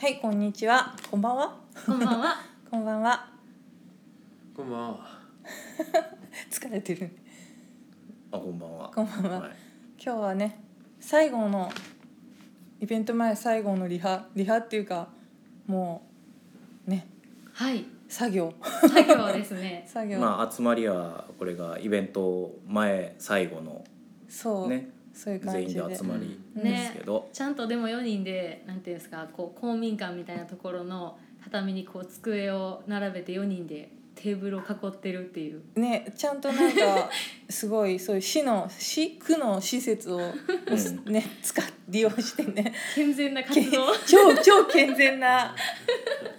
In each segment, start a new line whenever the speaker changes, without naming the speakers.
はい、こんにちは。こんばんは。
こんばんは。
こんばんは。
こんばんは。
疲れてる。
あ、こんばんは。
こんばんは。
はい
今日はね、最後のイベント前最後のリハ、リハっていうか、もうね、
はい、
作業、
作業ですね。
作業。
まあ集まりはこれがイベント前最後の
そう、
ね
そういう感
全員
じで。
で集まり
うん
ですけど、
ちゃんとでも4人でなんていうんですか、こう公民館みたいなところの畳にこう机を並べて4人でテーブルを囲ってるっていう。
ね、ちゃんとなんかすごい そういう市の市区の施設を
うん
ね、使っ利用してね、
健全な活動。
超超健全ない
や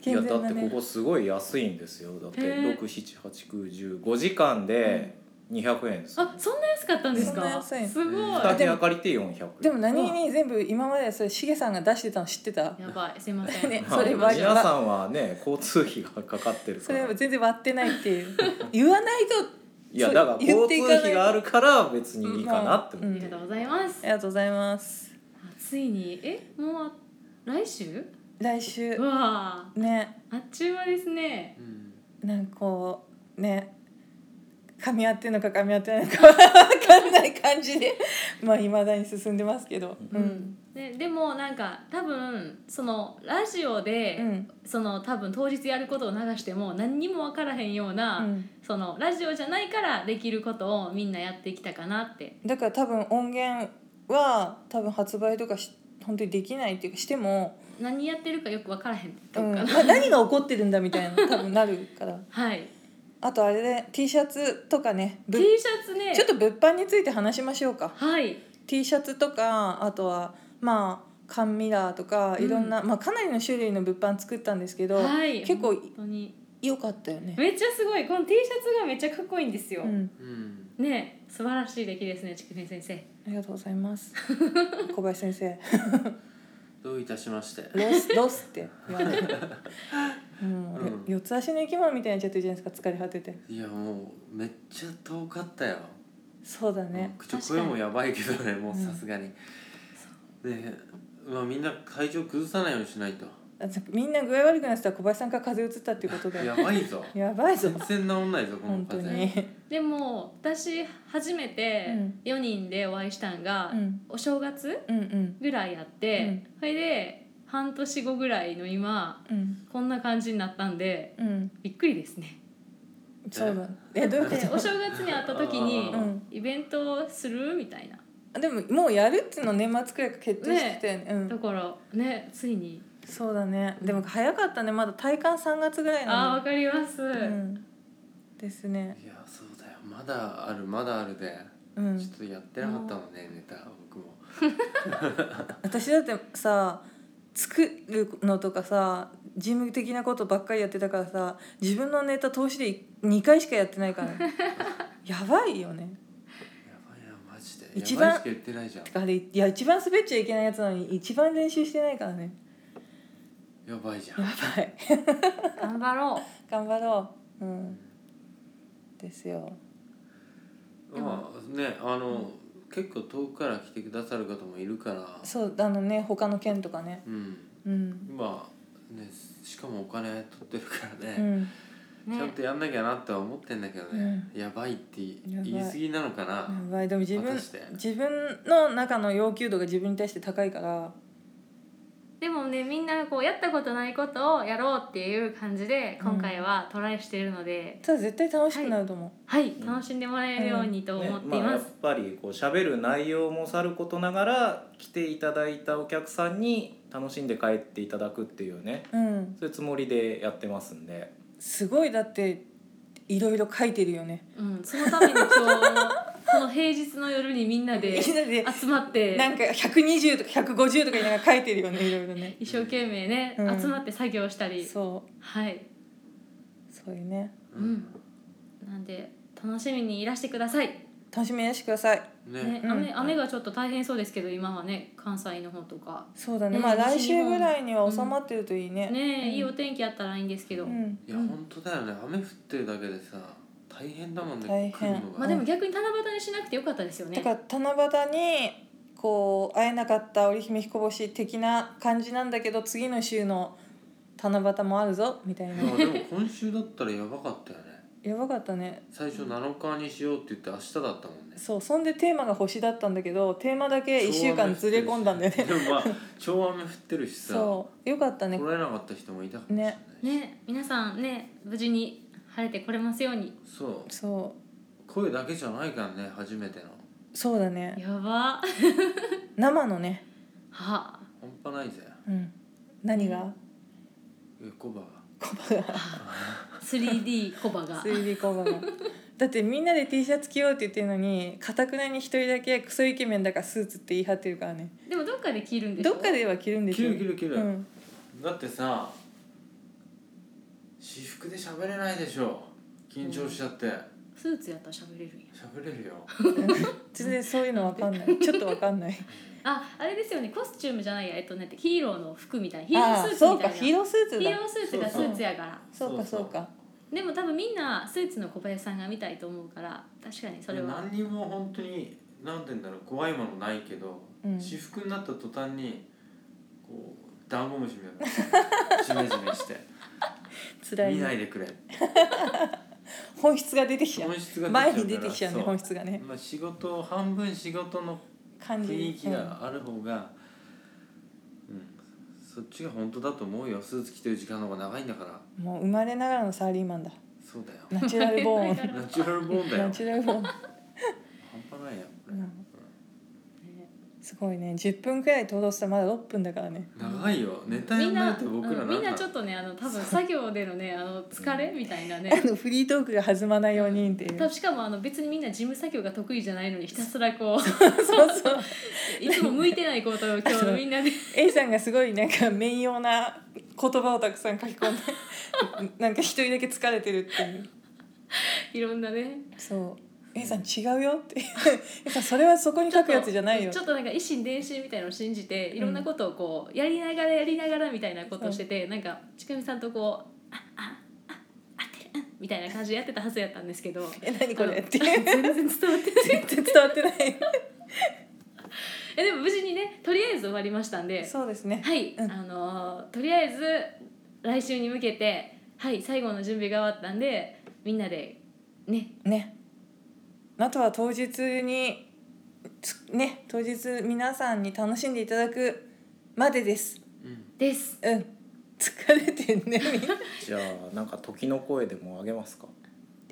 健
だ
全
っ
な
てこ
ね。
こすごい安いんですよだって
へー
678915時間で200円です、
あ、そんな安かったんです
そんな
か。
安い
すごい。
2部屋借りて400円
でも何に全部今までそれしげさんが出してたの知ってた？
やばい、すいません。
ね
まあ
それは
皆さんはね交通費がかかってる
そ
か
れ
ら
は全然割ってないっていう言わないと
いやだから
そう言
交
ってい
通
かない
費があるから別にいいかなって
う
あ
思っ
ん
て、
りがとうございます
あ。りがとうございます
あついに、え、もう来週？
来週
うわあ、
ね
あっちゅう間ですね。
うん。
なんかこうね噛み合ってんのか噛み合ってないのかわかんない感じで まあいまだに進んでますけどう
うんん、ででもなんか多分そのラジオで、
うん
その多分当日やることを流しても何にも分からへんような、
うん
そのラジオじゃないからできることをみんなやってきたかなって
だから多分音源は多分発売とかし本当にできないっていうかしても、
何やってるかよく分からへんって
う
と
ん
こ
ま
か
あ
な、、
何が起こってるんだみたい な多分なるから
はい
あとあれで T シャツとかね
T
ぶ
シャツね
ちょっと物販について話しましょうか
はい
T シャツとかあとはまあ缶ミラーとか
うん
いろんな、まあ、かなりの種類の物販作ったんですけど、
はい
結構
本当に
良かったよね。
めっちゃすごいこの T シャツがめっちゃかっこいいんですよ、
うん、
うん。
ね素晴らしい出来ですねちくりん先生
ありがとうござい ます。小林先生、
どういたしまして。
ロスロスって言わ ない。もう、
うん
四つ足の生き物みたいになっちゃってるじゃないですか。疲れ果てて。
いやもうめっちゃ遠かったよ。
そうだね。
うん。ちょ
確か
声
に
もやばいけどね、もう
うん
さすがに。で、まあみんな会場崩さないようにしないと。
あみんな具合悪くなってたら小林さんから風邪移ったっていうことで。
や
や
ばいぞ。
ばいぞ
全。然治んないぞこの
本当
風邪。
に。
でも私初めて
うん
4人でお会いしたんが、
うん。
お正月
うんうん。
ぐらいやって、それで半年後ぐらいの今
うん。
こんな感じになったんで
うん。
びっくりですね。
そうだ。え、どういう こ
で
と
お。正月に会った時に
う
うん
イベントをするみたいな
でももうやるっていうの年末くらいから決定してて、う
と
ん、
ころねついに
そうだねでも早かったねまだ体感3月ぐらい
あー
な
わかります、
の、うん、ですね
いやそうだよ。まだあるまだあるで。
う
ちょ
ん
っとやってなかったのねネタ僕も。
私だってさ作るのとかさ事務的なことばっかりやってたからさ自分のネタ投資で2回しかやってないからやばいよね
やばいなマジで。
一
や
番
ばいしか言ってないじゃん
て。かあれいや一番滑っちゃいけないやつなのに一番練習してないからね
やばいじゃ
や
ん。
ばい
頑張ろ
頑張ろううんですよ
まあねあの、結構遠くから来てくださる方もいるから
そうあのね他の県とかね
うん
うん
今ねしかもお金取ってるから
う
ね、
ん
う、
ちゃん
ね、
とやんなきゃなっては思ってんだけどね、やばいってい
やばい
言い過ぎなのかな、
やばいでも自
果
分
たして
自分の中の要求度が自分に対して高いから
でもねみんなこうやったことないことをやろうっていう感じで今回はトライしてるので、
ただ絶対楽しくなると思
はい楽しんでもらえるようにと思
ね
って
ま
い
あ、
ま
やっ
す、
ぱりこう喋る内容もさることながら来ていただいたお客さんに楽しんで帰っていただくっていうね
う、うん、
そういうつもりでやってますんで。
すごいだっていろいろ書いてるよね
うん、そのために今日この平日の夜にみんな
みん
で
なで
集まって
なんか120とか150とか言いながら書いてるよねいろいろね
一生懸命ね、
うん
集まって作業したり
そ
はい、
うそういうね
うんなんで楽しみにいらしてください、
楽しみにしてください
ね
ね
うん
雨雨がちょっと大変そうですけど今はね関西の方とか
そうだね
ね
まあ来
西日
週
本
ぐらいには収まってるといいね
ね、
うん
いいお天気あったらいいんですけど、
うん
いや本当だよね雨降ってるだけでさ大変だもんね
大変
来るのが、
まあでも逆に七夕にしなくてよかったですよね
だから七夕にこう会えなかった織姫彦星的な感じなんだけど次の週の七夕もあるぞみたいな
あでも今週だったらやばかったよね
やばかったね
最初7日にしようって言って明日だったもんね
そうそんでテーマが星だったんだけどテーマだけ1週間ずれ込んだんだよね
でもまあ超雨降ってるしさ来
そうよかったね
られなかった人もいたかもしれないし
ね皆さんね無事に晴れてこれますように
そ
そう
声だけじゃないからね初めての
うそうだね
やばは
生のね、
あ
半端ないぜ
うん、何が
えコバが
コバが
3D コバが
3D コバがだってみんなで T シャツ着ようって言ってるのにかたくなに一人だけクソイケメンだからスーツって言い張ってるからね
でもどっかで着るんでしょ
どっかでは着るんで
切
しょ
る切る切る、
うん、
だってさ私服で喋れないでしょ緊張しちゃって
スーツやったら喋れるんや
喋れるよ
全然そういうのわかん ないちょっとわかんない
ああれですよねコスチュームじゃないやえっとねヒーローの服みたいなヒーロ
あ
ー
あ
スーツ
そう
みたい
か
な
ヒーロースーツ
ヒ
だ
ーロースーツがスーツやから
そうかそうか
でも多分みんなスーツの小林さんが見たいと思うから確かにそれは
何にも本当に何て言うんだろう怖いものないけど、
うん
私服になった途端にこうダンゴムシみ たいなジメジメして
辛い
見ない
ね
でくれ
本質が出てきちゃう
本質が
前に出てきちゃうね
本
本質がね
まあ、仕事半分仕事の
感じ
雰囲気がある方が、うん、そっちが本当だと思うよスーツ着てる時間の方が長いんだから
うんもう生まれながらのサラリーマンだ
そうだよ
ナチュラルボ ーン
ナチュラルボーンだよ
ナチュラルボーン、
半端ないよ
う
これ、
ん、すごいね10分くらい登録したらまだ6分だからね
長いよネタ
み
やん
ん
ない
な
と僕ら
う
なん
ん
だ
みんなちょっとねあの多分作業でのねあの疲れみたいなね
あのフリートークが弾まない4人ってい
多
う
分しかもあの別にみんな事務作業が得意じゃないのにひたすらこう
そうそう
いつも向いてないことを今日みんなで
A さんがすごいなんか面用な言葉をたくさん書き込んでなんか一人だけ疲れてるっていう
いろんなね
そう A さん違うよって A さんそれはそこに書くやつじゃないよ
ちょっとなんか一心伝心みたいのを信じていろんなことをこうやりながらやりながらみたいなことをしててなんかちかみさんとこう「あああ合ってるうん」みたいな感じでやってたはずやったんですけど
え何これって
あの 全然伝わってない
全然伝わってない
えでも無事にねとりあえず終わりましたんで
そうですね
はい、
うん
あのーとりあえず来週に向けてはい最後の準備が終わったんでみんなでね
ねあとは当日につね当日皆さんに楽しんでいただくまでです
うん
です
うん疲れてんねみ んな
じゃあなんか時の声でもあげますか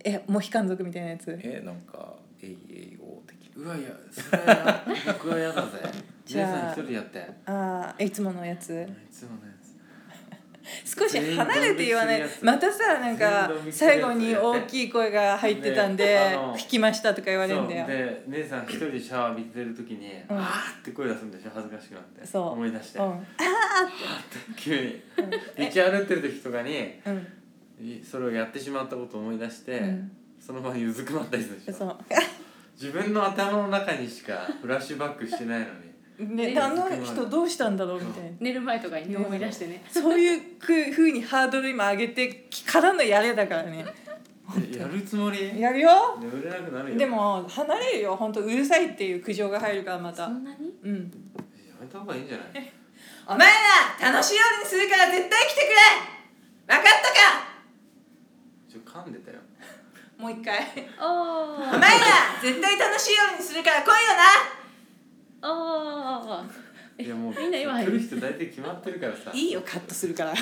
えモヒカン族みたいなやつ
えなんか「えいえいお」的
うわいやそれはや僕は嫌 だぜ
じ
姉
ゃあ
さん一人やってい
あーいつものやつ
つものやつ
少し離れて言わない
全
ま
員ドン引きするやつ
たさなんか
全員ドン引きするやつ
最後に大きい声が入ってたんで
ねあ
「
の
聞きました」とか言われる
そうん
だよ
で姉さん一人でシャワー浴びてる時に「
うん
あー」って声出すんでしょ恥ずかしくなって
そう
思い出して、
うん
急に道歩ってる時とかに
うん
いそれをやってしまったことを思い出して、
うん
その場にうずくまったりするでし
そ
ょ
う
自分の頭の中にしかフラッシュバックしてないのに
ね
ね
あの人どうしたんだろうみたいな
寝る前とかにね思い出してね
そういうくふうにハードル今上げてきからのやれだからね
えやるつもり
やるよ
眠れなくなるよ
でも離れるよ本当うるさいっていう苦情が入るからま
そ
た
んなに
うん
やめた方がいいんじゃない
お前ら楽しいようにするから絶対来てくれ分かったか
ちょ噛んでたよ
もう一回
お
お
ー
前ら絶対楽しいようにするから来いよ
おー
いやもう
みんな今入
来
る
る人大体決まってるからさ
ないいよカットする から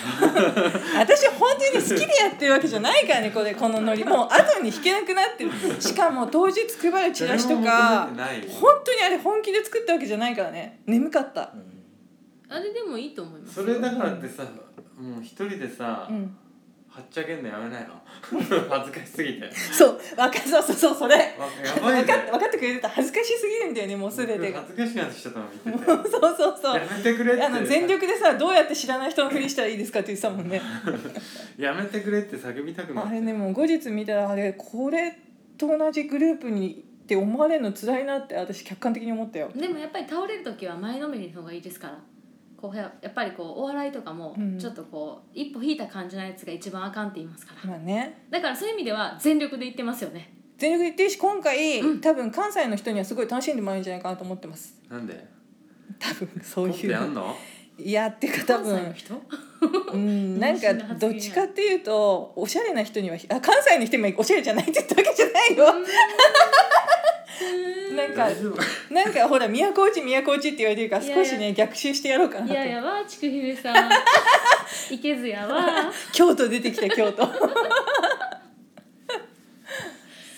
私本当に好きでやってるわけじゃないからねこれこのノリもう後に弾けなくなってるしかも当日配るチラシとか
誰も求めてないよ
本当にあれ本気で作ったわけじゃないからね眠かった
あれでもいいと思います
それだからってさもう一人でさ、
うん
はっちゃけんのやめな いの恥ずかしすぎて
そう、わかそうそうそうそれ。
わや
分
ば
かっ分
いね
かってくれてた恥ずかしすぎるんだよねもうすべてが。
恥ずかしくなってきちゃったの見てて
そうそうそう。
やめてくれって
あの全力でさどうやって知らない人のふりしたらいいですかって言ってたもん ね。
やめてくれって叫びたくなっ
あ
て
れねもう後日見たらあれこれと同じグループにって思われるの辛いなって私客観的に思ったよ。
でもやっぱり倒れる時は前のめりの方がいいですからこうややっぱりこうお笑いとかも
うん
ちょっとこう、一歩引いた感じのやつが一番あかんって言いますから
まあね。
だからそういう意味では全力で言ってますよね
全力で言ってるし今回、
うん
多分関西の人にはすごい楽しんでもらえるんじゃないかなと思ってます。
なんで
多分そう
コン
い
ペあん
う
の
いやっていうか多分
関西の人
うん、なんか
妊娠の発
ど
言
っちかっていうとおしゃれな人にはあ関西の人もおしゃれじゃないって言ったわけじゃないよなんか
大丈 夫
なんかほら宮古内宮古内って言われてるから
いやいや
少しね逆襲してやろうかないと
ややわちくひめさん いけずやわ
京都出てきた京 都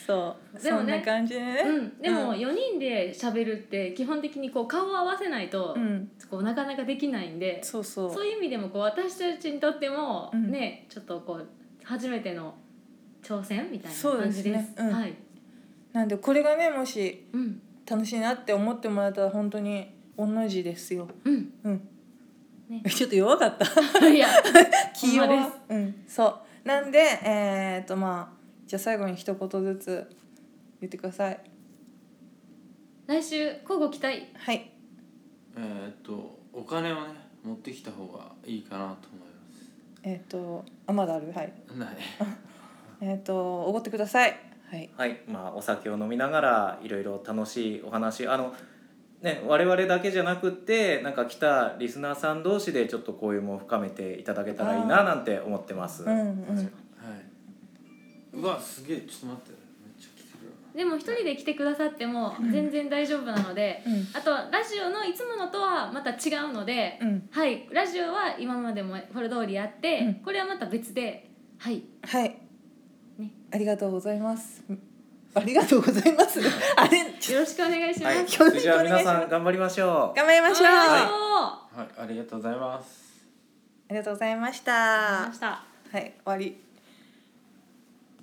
そう
でもね
そんな感じでね、
うん、でも
うん
4人で喋るって基本的にこう顔を合わせないと、
うん
こうなかなかできないんで
そうそう
そういう意味でもこう私たちにとっても、
うん
ねちょっとこう初めての挑戦みたいな
そう
感
で
じ
す
です
ねうん
はい、
なんでこれがねもし
うん
楽しいなって思ってもらったら本当に御の字ですよ
うん、
うん、
ね
ちょっと弱か った
いや
器用
ほんまで
うんそうなんでえー、っとまあじゃあ最後に一言ずつ言ってください
来週交互期待
はい
えーっとお金をね持ってきた方がいいかなと思いま
えー、っとあまだあるはい
すない
えー、っとおごってくださいはい
はい、まあ、お酒を飲みながらいろいろ楽しいお話あのね我々だけじゃなくってなんか来たリスナーさん同士でちょっと交流も深めていただけたらいいななんて思ってます、
うんうん
はいうわすげえちょっと待ってめっちゃ来てるよ
でも一人で来てくださっても全然大丈夫なので、
うん
あとラジオのいつものとはまた違うので、
うん
はいラジオは今までもこれ通りやって、
うん
これはまた別ではい
はい、
ね
ありがとうございますありがとうございますあれちょ
よろしくお願いしま
は
す、
い、
協力お願いします
じゃあ皆さん頑張りましょう
頑張りましょう、
はい
あ
はいありがとうございます
りがとうございまし
あ
た
りがとうございました
はい終わり